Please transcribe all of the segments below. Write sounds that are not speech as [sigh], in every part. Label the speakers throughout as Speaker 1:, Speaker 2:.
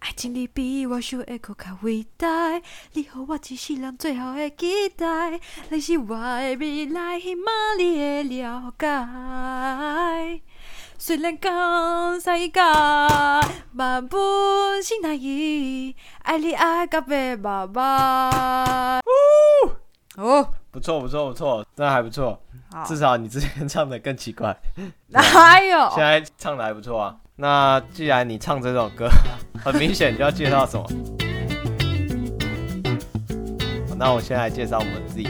Speaker 1: 爱情里比我想的搁较伟大，你予我一世人最后的期待，你是我的未来，希望你会了解。虽然讲世界万般是难移，爱你爱到白拜拜。哦，
Speaker 2: 不错不错不错，真的还不错，
Speaker 1: 好，
Speaker 2: 至少你之前唱的更奇怪，
Speaker 1: 哎呦，
Speaker 2: 现在唱的还不错啊。那既然你唱这首
Speaker 1: [laughs]
Speaker 2: 歌，很明显你就要介绍什么。好那我先来介绍我们自己，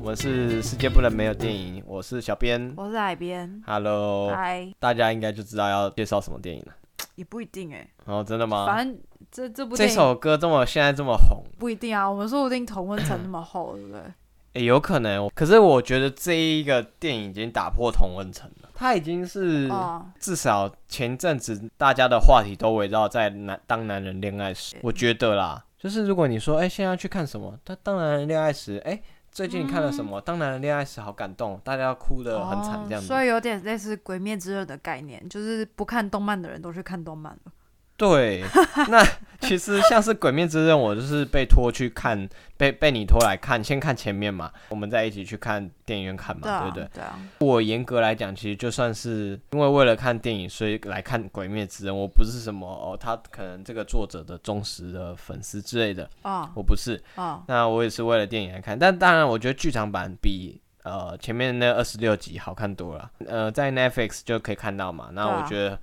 Speaker 2: 我们是世界不能没有电影，我是小编
Speaker 1: 我是海边，
Speaker 2: ，Hello，
Speaker 1: 嗨，
Speaker 2: 大家应该就知道要介绍什么电影了。
Speaker 1: 也不一定哎，
Speaker 2: 哦，真的吗？
Speaker 1: 反正这这部
Speaker 2: 这
Speaker 1: 电影
Speaker 2: 首歌这么现在这么红，
Speaker 1: 不一定啊，我们说不定同温层那么厚，对不对？
Speaker 2: 也有可能。可是我觉得这一个电影已经打破同温层了，它已经是
Speaker 1: 哦，
Speaker 2: 至少前阵子大家的话题都围绕在男当男人恋爱时，我觉得啦，就是如果你说哎、现在要去看什么，他当男人恋爱时，哎、最近你看了什么？当男人恋爱时好感动，大家哭得很
Speaker 1: 嗯
Speaker 2: 惨
Speaker 1: 哦
Speaker 2: 这样子。
Speaker 1: 所以有点类似《鬼灭之刃》的概念，就是不看动漫的人都去看动漫了。 [laughs]
Speaker 2: 对，那其实像是《鬼灭之刃》，我就是被拖去看，被被你拖来看，先看前面嘛，我们再一起去看电影院看嘛，对
Speaker 1: 啊，
Speaker 2: 不对？
Speaker 1: 对啊，
Speaker 2: 我严格来讲，其实就算是因为为了看电影，所以来看《鬼灭之刃》，我不是什么哦，他可能这个作者的忠实的粉丝之类的，
Speaker 1: 啊
Speaker 2: 我不是。
Speaker 1: 啊，
Speaker 2: 那我也是为了电影来看，但当然，我觉得剧场版比呃前面那二十六集好看多了。呃，在 Netflix 就可以看到嘛。那
Speaker 1: 对啊
Speaker 2: 我觉得、嗯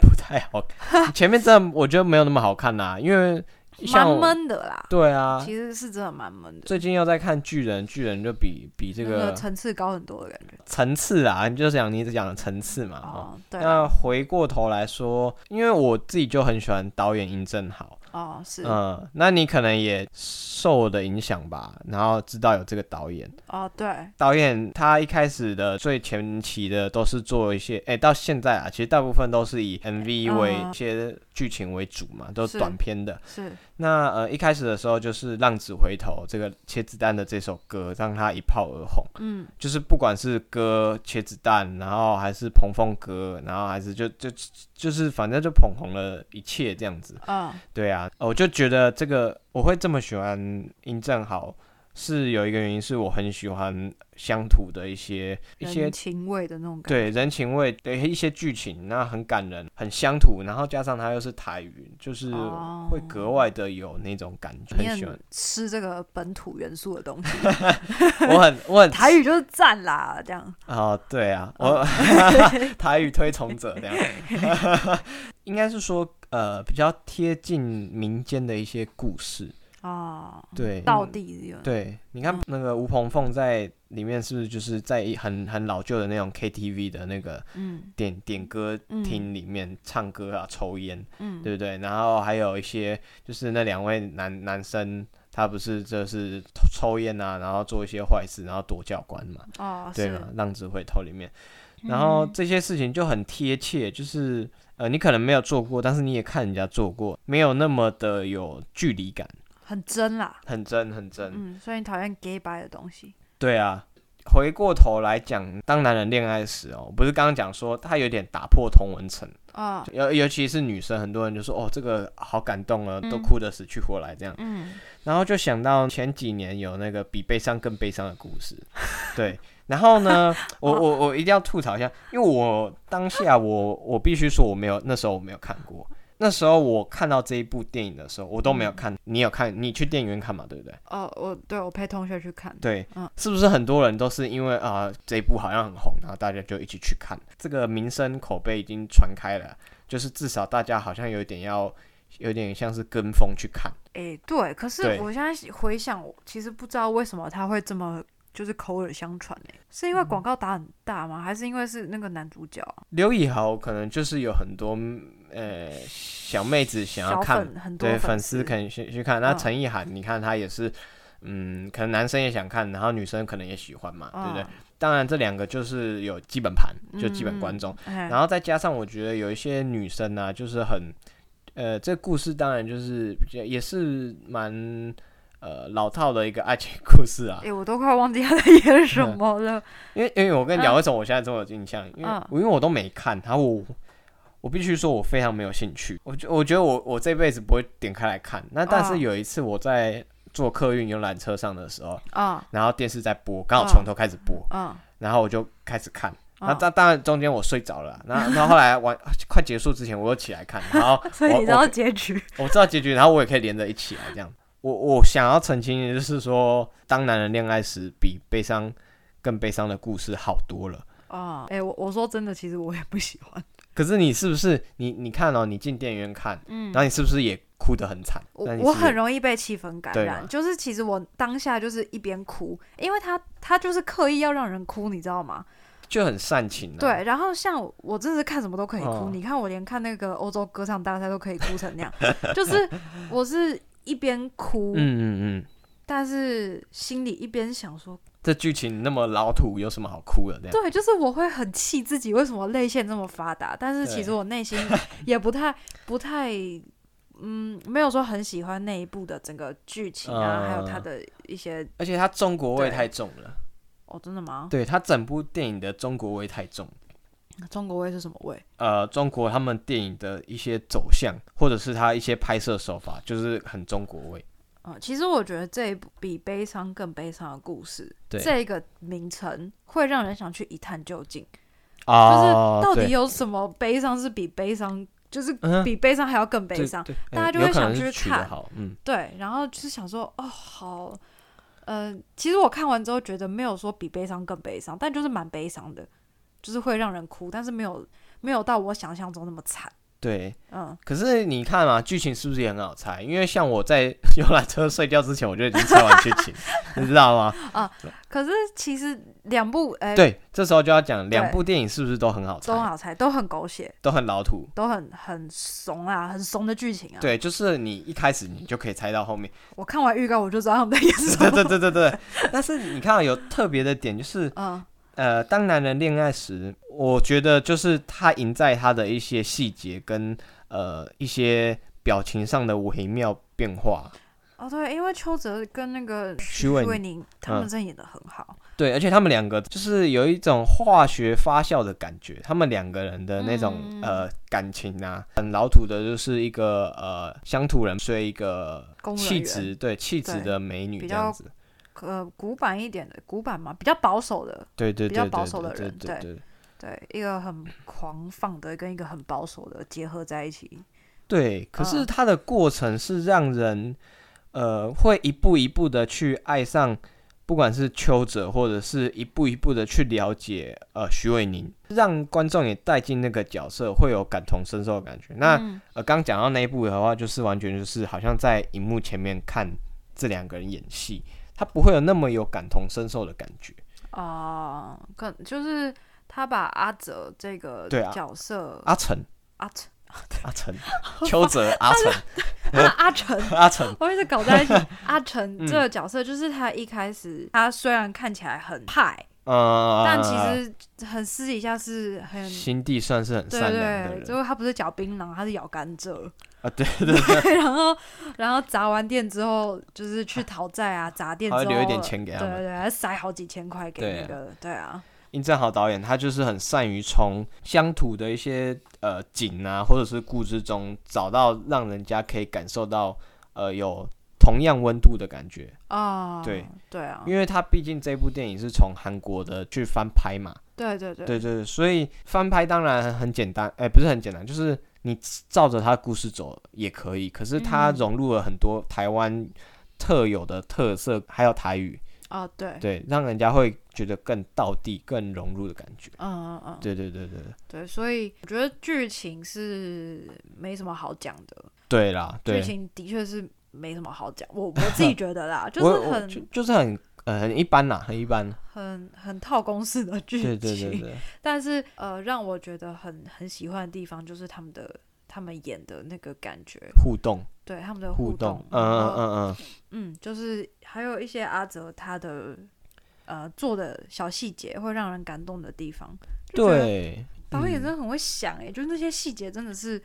Speaker 2: 不太好看，前面真的我觉得没有那么好看啦，因为像
Speaker 1: 蛮
Speaker 2: 我
Speaker 1: 闷的啦，
Speaker 2: 对啊，
Speaker 1: 其实是真的蛮闷的，
Speaker 2: 最近又在看巨人，巨人就比比这
Speaker 1: 那
Speaker 2: 个
Speaker 1: 个层次高很多的感觉。
Speaker 2: 层次啊，你就讲你讲层次嘛。哦
Speaker 1: 哦，对啊，
Speaker 2: 那回过头来说，因为我自己就很喜欢导演殷正豪，
Speaker 1: 哦是，
Speaker 2: 嗯，那你可能也受我的影响吧，然后知道有这个导演。
Speaker 1: 哦对，
Speaker 2: 导演他一开始的最前期的都是做一些，哎、到现在啊，其实大部分都是以 MV 为
Speaker 1: 嗯
Speaker 2: 一些剧情为主嘛，都
Speaker 1: 是
Speaker 2: 是短片的。
Speaker 1: 是
Speaker 2: 那呃一开始的时候就是《浪子回头》这个茄子蛋的这首歌，让他一炮而红。
Speaker 1: 嗯
Speaker 2: 就是不管是歌茄子蛋，然后还是彭凤歌，然后还是就就就是反正就捧红了一切这样子。
Speaker 1: 嗯
Speaker 2: 对啊，呃我就觉得这个我会这么喜欢殷正豪，是有一个原因是我很喜欢乡土的一些一些
Speaker 1: 人情味的那种感觉。
Speaker 2: 对人情味的一些剧情，那很感人，很乡土，然后加上它又是台语，就是
Speaker 1: 哦
Speaker 2: 会格外的有那种感觉，
Speaker 1: 你
Speaker 2: 很喜欢
Speaker 1: 很。吃这个本土元素的东西， [laughs]
Speaker 2: 我很我很
Speaker 1: 台语就是赞啦，这样
Speaker 2: 哦，对啊，我
Speaker 1: [laughs]
Speaker 2: 台语推崇者
Speaker 1: [laughs]
Speaker 2: 这样，应该是说呃比较贴近民间的一些故事，
Speaker 1: 哦，
Speaker 2: 对，
Speaker 1: 到
Speaker 2: 嗯
Speaker 1: 底的
Speaker 2: 对，你看那个吴鹏凤在里面是不是就是在一很很老旧的那种 KTV 的那个
Speaker 1: 嗯
Speaker 2: 点点歌厅里面唱歌啊、抽烟，
Speaker 1: 嗯，
Speaker 2: 对不对？然后还有一些就是那两位男男生，他不是就是抽烟啊，然后做一些坏事，然后躲教官嘛。
Speaker 1: 哦
Speaker 2: 对啊
Speaker 1: 是嗯
Speaker 2: 嘛，《浪子回头》里面，然后这些事情就很贴切，就是呃，你可能没有做过，但是你也看人家做过，没有那么的有距离感，
Speaker 1: 很真啦，
Speaker 2: 很真很真。
Speaker 1: 嗯，所以你讨厌 gay 白的东西，
Speaker 2: 对啊，回过头来讲，当男人恋爱时哦，不是刚刚讲说他有点打破同文层，
Speaker 1: 啊、
Speaker 2: 尤尤其是女生，很多人就说哦，这个好感动啊，都
Speaker 1: 嗯
Speaker 2: 哭得死去活来这样。
Speaker 1: 嗯，
Speaker 2: 然后就想到前几年有那个比悲伤更悲伤的故事， [laughs] 对。然后呢，
Speaker 1: [laughs]
Speaker 2: 我
Speaker 1: 哦
Speaker 2: 我我一定要吐槽一下，因为我当下我我必须说我没有那时候我没有看过，那时候我看到这一部电影的时候我都没有看，你有看？你去电影院看嘛，对不对？
Speaker 1: 哦，我对我陪同学去看，
Speaker 2: 对
Speaker 1: 嗯，
Speaker 2: 是不是很多人都是因为啊、这一部好像很红，然后大家就一起去看，这个名声口碑已经传开了，就是至少大家好像有点要有点像是跟风去看。
Speaker 1: 诶，对，可是
Speaker 2: 对
Speaker 1: 我现在回想，我其实不知道为什么他会这么就是口耳相传诶，是因为
Speaker 2: 嗯
Speaker 1: 广告打很大吗？还是因为是那个男主角啊
Speaker 2: 刘以豪可能就是有很多呃小妹子想要
Speaker 1: 小
Speaker 2: 看，
Speaker 1: 粉很多
Speaker 2: 对粉
Speaker 1: 丝
Speaker 2: 丝可能去去看。那
Speaker 1: 嗯
Speaker 2: 陈意涵，你看她也是，嗯，可能男生也想看，然后女生可能也喜欢嘛，对不对？当然这两个就是有基本盘，就基本观众，
Speaker 1: 嗯嗯
Speaker 2: 然后再加上我觉得有一些女生呢、就是很呃，这故事当然就是比较也是蛮呃老套的一个爱情故事啊
Speaker 1: 哎、。诶我都快忘记他在演什
Speaker 2: 嗯
Speaker 1: 么了。
Speaker 2: 因为因为我跟你讲，为什么我现在这么有印象？因为
Speaker 1: 嗯
Speaker 2: 因为我都没看，然后我我必须说，我非常没有兴趣。我觉我觉得我我这辈子不会点开来看。那但
Speaker 1: 哦
Speaker 2: 是有一次我在坐客运游览车上的时候，
Speaker 1: 嗯
Speaker 2: 然后电视在播，刚好从头开始播，
Speaker 1: 嗯
Speaker 2: 然后我就开始看。那
Speaker 1: 嗯，
Speaker 2: 当当然中间我睡着了，然后然后后来完 [laughs] 快结束之前我又起来看，然后
Speaker 1: [laughs] 所以
Speaker 2: 我
Speaker 1: 你知道结局
Speaker 2: 我我知道结局，然后我也可以连着一起来这样。我我想要澄清的就是说，当男人恋爱时比悲伤更悲伤的故事好多了。
Speaker 1: 哦。哎、我我说真的，其实我也不喜欢。
Speaker 2: 可是你是不是你你看哦，你进电影院看，
Speaker 1: 嗯
Speaker 2: 然后你是不是也哭得很惨？
Speaker 1: 我
Speaker 2: 那你是
Speaker 1: 我
Speaker 2: 不是
Speaker 1: 很容易被气氛感
Speaker 2: 对啊
Speaker 1: 染，
Speaker 2: 嘛
Speaker 1: 就是其实我当下就是一边哭，因为他他就是刻意要让人哭，你知道吗？
Speaker 2: 就很煽情、啊。，
Speaker 1: 对，然后像我我真的是看什么都可以哭，
Speaker 2: 哦
Speaker 1: 你看我连看那个欧洲歌唱大赛都可以哭成那样，就是我是一边哭，
Speaker 2: 嗯嗯嗯，
Speaker 1: 但是心里一边想说，
Speaker 2: 这剧情那么老土，有什么好哭的？这样
Speaker 1: 对，就是我会很气自己为什么泪腺这么发达，但是其实
Speaker 2: 对
Speaker 1: 我内心也不太不太。嗯，没有说很喜欢那一部的整个剧情啊，还有它
Speaker 2: 嗯
Speaker 1: 的一些
Speaker 2: 而且它中国味
Speaker 1: 对
Speaker 2: 太重了，
Speaker 1: 哦，真的吗？
Speaker 2: 对它整部电影的中国味太重。
Speaker 1: 中国味是什么味？
Speaker 2: 呃，中国他们电影的一些走向，或者是他一些拍摄手法，就是很中国味。
Speaker 1: 啊、其实我觉得这一部比悲伤更悲伤的故事，
Speaker 2: 对
Speaker 1: 这个名称会让人想去一探究竟，
Speaker 2: 哦，
Speaker 1: 就是到底
Speaker 2: 对
Speaker 1: 有什么悲伤是比悲伤，就是
Speaker 2: 嗯
Speaker 1: 比悲伤还要更悲
Speaker 2: 对
Speaker 1: 伤。
Speaker 2: 对
Speaker 1: 大家
Speaker 2: 嗯
Speaker 1: 就会
Speaker 2: 有可能
Speaker 1: 想
Speaker 2: 是
Speaker 1: 去
Speaker 2: 取得
Speaker 1: 看
Speaker 2: 好，嗯，
Speaker 1: 对，然后就是想说，哦，好，呃，其实我看完之后觉得没有说比悲伤更悲伤，但就是蛮悲伤的，就是会让人哭，但是没有没有到我想象中那么惨。
Speaker 2: 对。
Speaker 1: 嗯，
Speaker 2: 可是你看嘛，剧情是不是也很好猜？因为像我在游览车睡觉之前，我就已经猜完剧情，你知
Speaker 1: [laughs]
Speaker 2: 道吗？
Speaker 1: 可是其实两部哎、
Speaker 2: 对，这时候就要讲两
Speaker 1: 对
Speaker 2: 部电影是不是都很好猜，
Speaker 1: 都好猜，都很狗血，
Speaker 2: 都很老土。
Speaker 1: 都很很怂啊，很怂的剧情啊。
Speaker 2: 对，就是你一开始你就可以猜到后面，
Speaker 1: 我看完预告我就知道他们在演什
Speaker 2: 对
Speaker 1: 么。
Speaker 2: [laughs] 对对对对。但是你看啊有特别的点，就是
Speaker 1: 嗯
Speaker 2: 呃，当男人恋爱时，我觉得就是他赢在他的一些细节跟呃一些表情上的微妙变化。
Speaker 1: 哦对，因为邱泽跟那个
Speaker 2: 徐伟宁嗯
Speaker 1: 宁他们真的演的很好，
Speaker 2: 对，而且他们两个就是有一种化学发酵的感觉，他们两个人的那种、
Speaker 1: 嗯
Speaker 2: 呃感情啊，很老土的，就是一个呃乡土人追一个
Speaker 1: 公务人
Speaker 2: 气
Speaker 1: 员
Speaker 2: 质对气质
Speaker 1: 对
Speaker 2: 的美
Speaker 1: 比
Speaker 2: 女这
Speaker 1: 较
Speaker 2: 样子。
Speaker 1: 呃，古板一点的，古板嘛，比较保守的，
Speaker 2: 对对
Speaker 1: 比较
Speaker 2: 对
Speaker 1: 保
Speaker 2: 对
Speaker 1: 守的
Speaker 2: 对
Speaker 1: 人
Speaker 2: 对对对
Speaker 1: 对，一个很狂放的跟一个很保守的结合在一起。
Speaker 2: 对，可是
Speaker 1: 嗯
Speaker 2: 它的过程是让人，呃，会一步一步的去爱上，不管是邱泽，或者是一步一步的去了解，呃，徐伟宁，让观众也带进那个角色，会有感同身受的感觉。那、
Speaker 1: 嗯
Speaker 2: 呃，刚讲到那一部的话，就是完全就是好像在荧幕前面看这两个人演戏，他不会有那么有感同身受的感觉。
Speaker 1: 哦、可就是他把阿哲这个
Speaker 2: 对啊
Speaker 1: 角
Speaker 2: [laughs]
Speaker 1: 色
Speaker 2: 阿成，
Speaker 1: 阿成
Speaker 2: 阿
Speaker 1: [laughs]
Speaker 2: 成，邱泽，阿成，
Speaker 1: 阿阿成
Speaker 2: [laughs] 阿成，嗯
Speaker 1: 我一直搞
Speaker 2: [laughs]
Speaker 1: 在一起。阿成这个角色，就是他一开始，他虽然看起来很派，
Speaker 2: 呃，
Speaker 1: 但其实很私底下是很
Speaker 2: 心地算是很
Speaker 1: 对
Speaker 2: 善良的
Speaker 1: 对，
Speaker 2: 人。
Speaker 1: 就是他不是嚼槟榔，他是咬甘蔗。
Speaker 2: 啊，
Speaker 1: [laughs]
Speaker 2: 对，
Speaker 1: 对，然后然后砸完店之后，就是去讨债啊，砸店之
Speaker 2: 还
Speaker 1: 后
Speaker 2: 会留一点钱给
Speaker 1: 对
Speaker 2: 他们。
Speaker 1: 对对，还塞好几千块给
Speaker 2: 对
Speaker 1: 那
Speaker 2: 啊
Speaker 1: 个，对啊，
Speaker 2: 殷正豪导演他就是很善于从乡土的一些呃景啊，或者是故事中找到让人家可以感受到呃有同样温度的感觉，
Speaker 1: 啊，
Speaker 2: 对
Speaker 1: 对啊，
Speaker 2: 因为他毕竟这部电影是从韩国的去翻拍嘛，
Speaker 1: 对对对
Speaker 2: 对对对，所以翻拍当然很简单，哎、不是很简单，就是你照着他的故事走也可以，可是他
Speaker 1: 嗯
Speaker 2: 融入了很多台湾特有的特色，还有台语，
Speaker 1: 啊，对，
Speaker 2: 对，让人家会觉得更到地、更融入的感觉。
Speaker 1: 嗯嗯嗯，
Speaker 2: 对对对对对
Speaker 1: 对，所以我觉得剧情是没什么好讲的，
Speaker 2: 对啦，
Speaker 1: 剧
Speaker 2: 对，
Speaker 1: 情的确是没什么好讲，我我自己觉得啦，就
Speaker 2: [laughs] 我
Speaker 1: 是
Speaker 2: 我就
Speaker 1: 很
Speaker 2: 就是很呃很一般啦，很一般。
Speaker 1: 很很套公式的剧情，
Speaker 2: 对对对对，
Speaker 1: 但是呃，让我觉得很很喜欢的地方就是他们的他们演的那个感觉，
Speaker 2: 互动
Speaker 1: 对他们的
Speaker 2: 互
Speaker 1: 动
Speaker 2: 动，，嗯嗯
Speaker 1: 嗯
Speaker 2: 嗯嗯，
Speaker 1: 嗯，就是还有一些阿哲他的呃做的小细节会让人感动的地方，就觉得
Speaker 2: 对
Speaker 1: 导演
Speaker 2: 嗯
Speaker 1: 真的很会想哎、就是那些细节真的是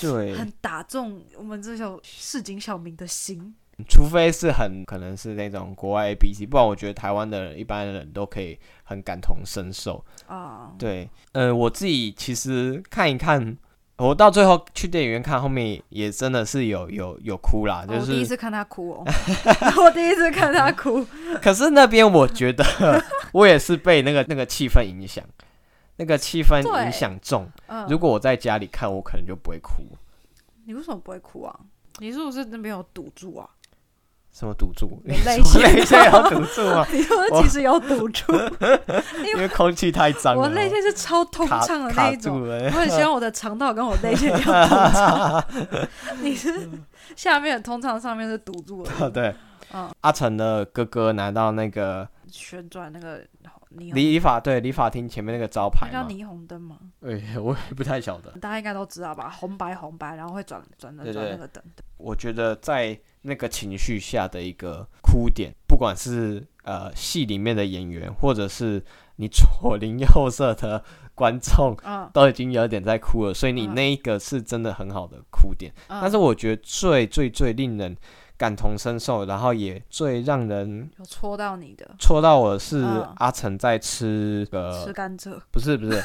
Speaker 2: 对嗯
Speaker 1: 很，打中我们这种市井小民的心。
Speaker 2: 除非是很可能是那种国外 A B C，不然我觉得台湾的一般人都可以很感同身受。
Speaker 1: 啊、
Speaker 2: 对，呃，我自己其实看一看，我到最后去电影院看，后面也真的是有有有哭啦，
Speaker 1: 哦
Speaker 2: 就
Speaker 1: 我第一
Speaker 2: 是。
Speaker 1: 次看他哭哦， [laughs] 我第一次看他哭，
Speaker 2: [laughs] 可是那边我
Speaker 1: [laughs]
Speaker 2: 觉得我也是被那个那个气氛影响，那个气氛
Speaker 1: 对
Speaker 2: 影响重。如
Speaker 1: 嗯，
Speaker 2: 果我在家里看，我可能就不会哭。
Speaker 1: 你为什么不会哭啊？你是不是那边有堵住啊？
Speaker 2: 什么赌注？
Speaker 1: 有
Speaker 2: [laughs] 你
Speaker 1: 泪
Speaker 2: 说
Speaker 1: 腺
Speaker 2: 泪腺要堵
Speaker 1: [laughs]
Speaker 2: 住吗？
Speaker 1: 你说
Speaker 2: 我
Speaker 1: 其实有堵
Speaker 2: [laughs]
Speaker 1: 住，
Speaker 2: 因为空气太脏了，
Speaker 1: 我泪腺是超通
Speaker 2: 卡
Speaker 1: 畅的那
Speaker 2: 卡
Speaker 1: 一种
Speaker 2: 住，了
Speaker 1: 我。很希望我的肠道跟我内腺一样通畅。 [laughs] 你是下面很通畅，上面是堵住了。
Speaker 2: [laughs] [laughs] 对，
Speaker 1: 嗯
Speaker 2: 阿成的哥哥拿到那个
Speaker 1: 旋转那个霓虹，
Speaker 2: 理法对理法厅前面那个招
Speaker 1: 那
Speaker 2: 牌
Speaker 1: 叫
Speaker 2: 嘛，
Speaker 1: 霓虹灯吗？
Speaker 2: 哎、我也不太晓得。
Speaker 1: 大家应该都知道吧？红白红白，然后会转转转
Speaker 2: 对
Speaker 1: 转
Speaker 2: 对
Speaker 1: 那个灯。
Speaker 2: 我觉得在那个情绪下的一个哭点，不管是呃戏里面的演员，或者是你左邻右舍的观众，
Speaker 1: [laughs] 嗯
Speaker 2: 都已经有点在哭了，所以你
Speaker 1: 嗯
Speaker 2: 那一个是真的很好的哭点。
Speaker 1: 嗯，
Speaker 2: 但是我觉得最最最令人感同身受，然后也最让人
Speaker 1: 有戳到你的。
Speaker 2: 戳到我的是
Speaker 1: 嗯
Speaker 2: 阿成在吃个、
Speaker 1: 吃甘蔗，
Speaker 2: 不是不 [laughs] 是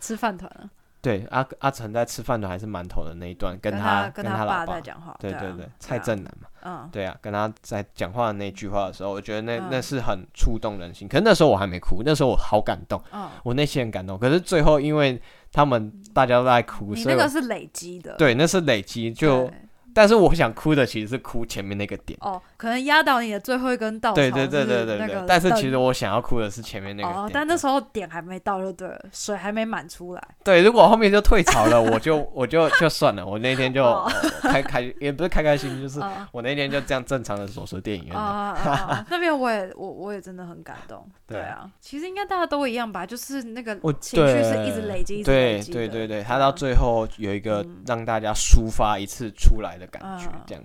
Speaker 1: 吃饭团啊，
Speaker 2: 对阿阿成在吃饭团还是馒头的那一段，跟
Speaker 1: 他
Speaker 2: 跟
Speaker 1: 跟他
Speaker 2: 老
Speaker 1: 爸
Speaker 2: 爸
Speaker 1: 在。讲话，
Speaker 2: 对
Speaker 1: 对
Speaker 2: 对
Speaker 1: 啊
Speaker 2: 对，蔡，正南嘛，
Speaker 1: 啊嗯，
Speaker 2: 对啊，跟他在讲话的那句话的时候，我觉得那、
Speaker 1: 嗯
Speaker 2: 那是很触动人心。可是那时候我还没哭，那时候我好感动，
Speaker 1: 嗯，
Speaker 2: 我内心很感动。可是最后因为他们大家都在哭，
Speaker 1: 你
Speaker 2: 所
Speaker 1: 那
Speaker 2: 以
Speaker 1: 个
Speaker 2: 我
Speaker 1: 是累积的，
Speaker 2: 对那是累积。就
Speaker 1: 对
Speaker 2: 但是我想哭的其实是哭前面那个点。
Speaker 1: 哦，可能压倒你的最后一根稻草，
Speaker 2: 对对对对对
Speaker 1: 哦那
Speaker 2: 对，
Speaker 1: 个
Speaker 2: 但是
Speaker 1: 灯
Speaker 2: 其实我想要哭的是前面那个点。
Speaker 1: 哦，但那时候点还没到就对了，水还没满出来，
Speaker 2: 对，如果后面就退潮了，我
Speaker 1: [laughs]
Speaker 2: 就我就就算了，我那天就、
Speaker 1: 哦
Speaker 2: 呃开开也不是开开心，心，就是
Speaker 1: 啊
Speaker 2: 我那天就这样正常的走出电影院
Speaker 1: 啊
Speaker 2: 了。
Speaker 1: 啊啊啊！那边我也我我也真的很感动，
Speaker 2: [laughs] 对
Speaker 1: 对啊，其实应该大家都一样吧，就是那个
Speaker 2: 我
Speaker 1: 情绪是
Speaker 2: 对
Speaker 1: 一直累积，一直累
Speaker 2: 对
Speaker 1: 积
Speaker 2: 对
Speaker 1: 的
Speaker 2: 对对，
Speaker 1: 啊
Speaker 2: 他到最后有一个让大家抒发一次出来的感觉
Speaker 1: 嗯，
Speaker 2: 这样。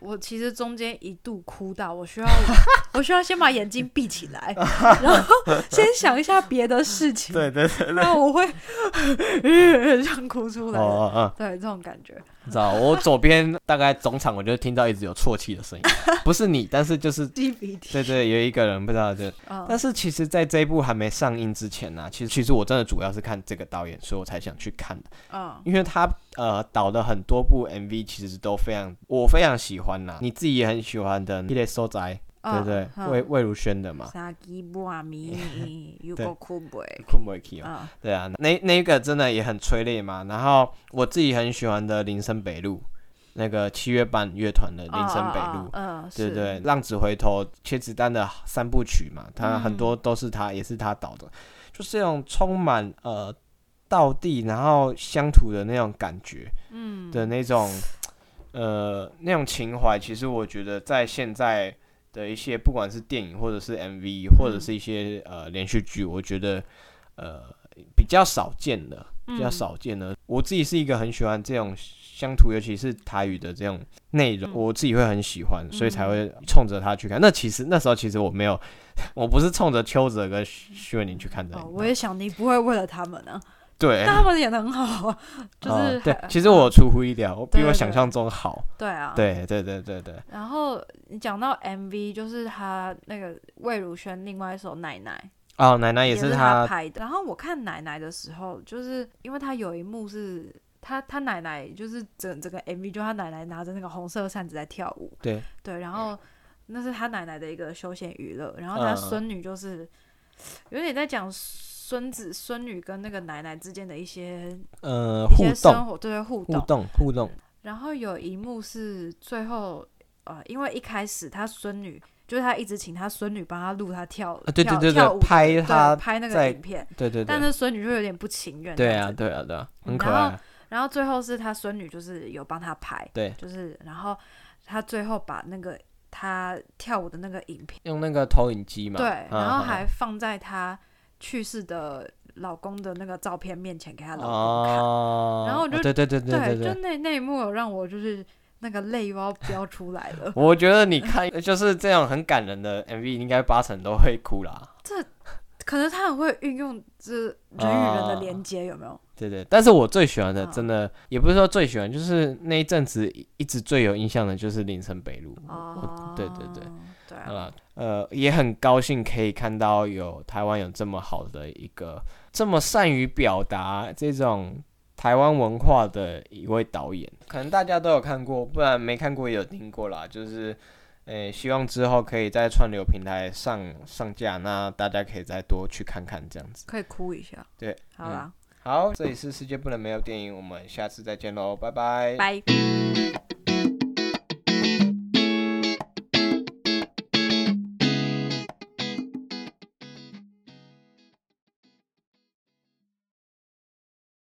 Speaker 1: 我其实中间一度哭到，我需要我需要先把眼睛闭起来，然
Speaker 2: [laughs]
Speaker 1: 后先想一下别的事情，
Speaker 2: [laughs] 对对，
Speaker 1: 不然我会
Speaker 2: [laughs]
Speaker 1: 这样哭出
Speaker 2: 哦
Speaker 1: 来的。
Speaker 2: 哦哦，
Speaker 1: 对，这种感觉
Speaker 2: 嗯知道。我左边大概总场我就听到一直有啜泣的
Speaker 1: [laughs]
Speaker 2: 声音，不是你，但是就是
Speaker 1: 滴鼻涕
Speaker 2: 对对，有一个人不知道这
Speaker 1: 啊，
Speaker 2: 但是其实，在这一部还没上映之前呢、其实其实我真的主要是看这个导演，所以我才想去看的，
Speaker 1: 嗯
Speaker 2: 因为他呃导的很多部 MV 其实都非常我非常喜欢啦、你自己也很喜欢的《一类收宅》，对
Speaker 1: 嗯
Speaker 2: 不对？
Speaker 1: 嗯
Speaker 2: 魏魏如萱的嘛，
Speaker 1: 三鸡半米，又
Speaker 2: [laughs] 对
Speaker 1: 个哭背
Speaker 2: 困不会去哦，
Speaker 1: 啊，
Speaker 2: 对啊，那那个真的也很催泪嘛。然后我自己很喜欢的林森北路，那个七月半乐团的林森北路，
Speaker 1: 嗯，嗯
Speaker 2: 对
Speaker 1: 是
Speaker 2: 对，《浪子回头》切子弹的三部曲嘛，他
Speaker 1: 嗯
Speaker 2: 很多都是他，也是他导的，就是那种充满呃道地，然后乡土的那种感觉，嗯的那种呃那种情怀，其实我觉得在现在的一些不管是电影或者是 MV 或者
Speaker 1: 嗯
Speaker 2: 是一些、呃连续剧，我觉得呃比较少见的，比较
Speaker 1: 嗯
Speaker 2: 少见的。我自己是一个很喜欢这种乡土，尤其是台语的这种内容，
Speaker 1: 嗯
Speaker 2: 我自己会很喜欢，所以才会冲着它去看。那其实那时候其实我没有， [laughs] 我不是冲着邱泽跟徐徐伟宁去看的
Speaker 1: 哦，，我也想你不会为了他们啊，
Speaker 2: 对。
Speaker 1: 但他们演的很好啊，就
Speaker 2: 哎哦
Speaker 1: 是
Speaker 2: 对
Speaker 1: 还，
Speaker 2: 其实我出乎意料，我比
Speaker 1: 对
Speaker 2: 我
Speaker 1: 对
Speaker 2: 想象中好。
Speaker 1: 对啊，
Speaker 2: 对对对对对，
Speaker 1: 然后你讲到 MV，就是他那个魏如萱另外一首《奶奶》
Speaker 2: 哦，奶奶也
Speaker 1: 是
Speaker 2: 是
Speaker 1: 他
Speaker 2: 他，
Speaker 1: 拍的。然后我看《奶奶》的时候，就是因为他有一幕是他他奶奶就是整整个 MV，就他奶奶拿着那个红色扇子在跳舞，
Speaker 2: 对
Speaker 1: 对，然后那是他奶奶的一个休闲娱乐。然后他
Speaker 2: 嗯
Speaker 1: 孙女就是、有点在讲孙子孙女跟那个奶奶之间的一些
Speaker 2: 呃，
Speaker 1: 一
Speaker 2: 互
Speaker 1: 些
Speaker 2: 动
Speaker 1: 生活对互
Speaker 2: 互
Speaker 1: 动，
Speaker 2: 动互动，
Speaker 1: 然后有一幕是最后，呃，因为一开始他孙女就是他一直请他孙女帮他录他跳，
Speaker 2: 啊对对
Speaker 1: 跳
Speaker 2: 对
Speaker 1: 跳舞
Speaker 2: 对，拍
Speaker 1: 对
Speaker 2: 他，
Speaker 1: 拍那个
Speaker 2: 在
Speaker 1: 影片，
Speaker 2: 对对
Speaker 1: 但
Speaker 2: 对，
Speaker 1: 是孙女就有点不情愿。
Speaker 2: 对
Speaker 1: 这样
Speaker 2: 啊
Speaker 1: 子。
Speaker 2: 对啊对啊，
Speaker 1: 嗯
Speaker 2: 很可
Speaker 1: 然后
Speaker 2: 爱，
Speaker 1: 然后最后是他孙女就是有帮他拍，
Speaker 2: 对，
Speaker 1: 就是然后他最后把那个他跳舞的那个影片，
Speaker 2: 用那个投影机嘛，
Speaker 1: 对，
Speaker 2: 啊
Speaker 1: 然后
Speaker 2: 啊
Speaker 1: 还放在他去世的老公的那个照片面前给他老公看。
Speaker 2: 哦，
Speaker 1: 然后我就
Speaker 2: 哦对对对
Speaker 1: 对
Speaker 2: 对
Speaker 1: 就。那那一幕有让我就是那个泪又要飙出来了。 [laughs]
Speaker 2: 我觉得你看 [laughs] 就是这样很感人的 MV，应该八成都会哭啦。
Speaker 1: 可能他很会运用这人与人的
Speaker 2: 啊
Speaker 1: 连接，有没有？
Speaker 2: 对对，但是我最喜欢的，
Speaker 1: 嗯
Speaker 2: 真的也不是说最喜欢，就是那一阵子一直最有印象的就是林森北路。
Speaker 1: 哦，
Speaker 2: 对对对，
Speaker 1: 对
Speaker 2: 好
Speaker 1: 啊，
Speaker 2: 啦，呃，也很高兴可以看到有台湾有这么好的一个，这么善于表达这种台湾文化的一位导演，可能大家都有看过，不然没看过也有听过啦。就是，诶、希望之后可以在串流平台上上架，那大家可以再多去看看这样子。
Speaker 1: 可以哭一下。
Speaker 2: 对，
Speaker 1: 好啦，
Speaker 2: 嗯好，这里是世界不能没有电影，我们下次再见喽，拜拜。
Speaker 1: 拜。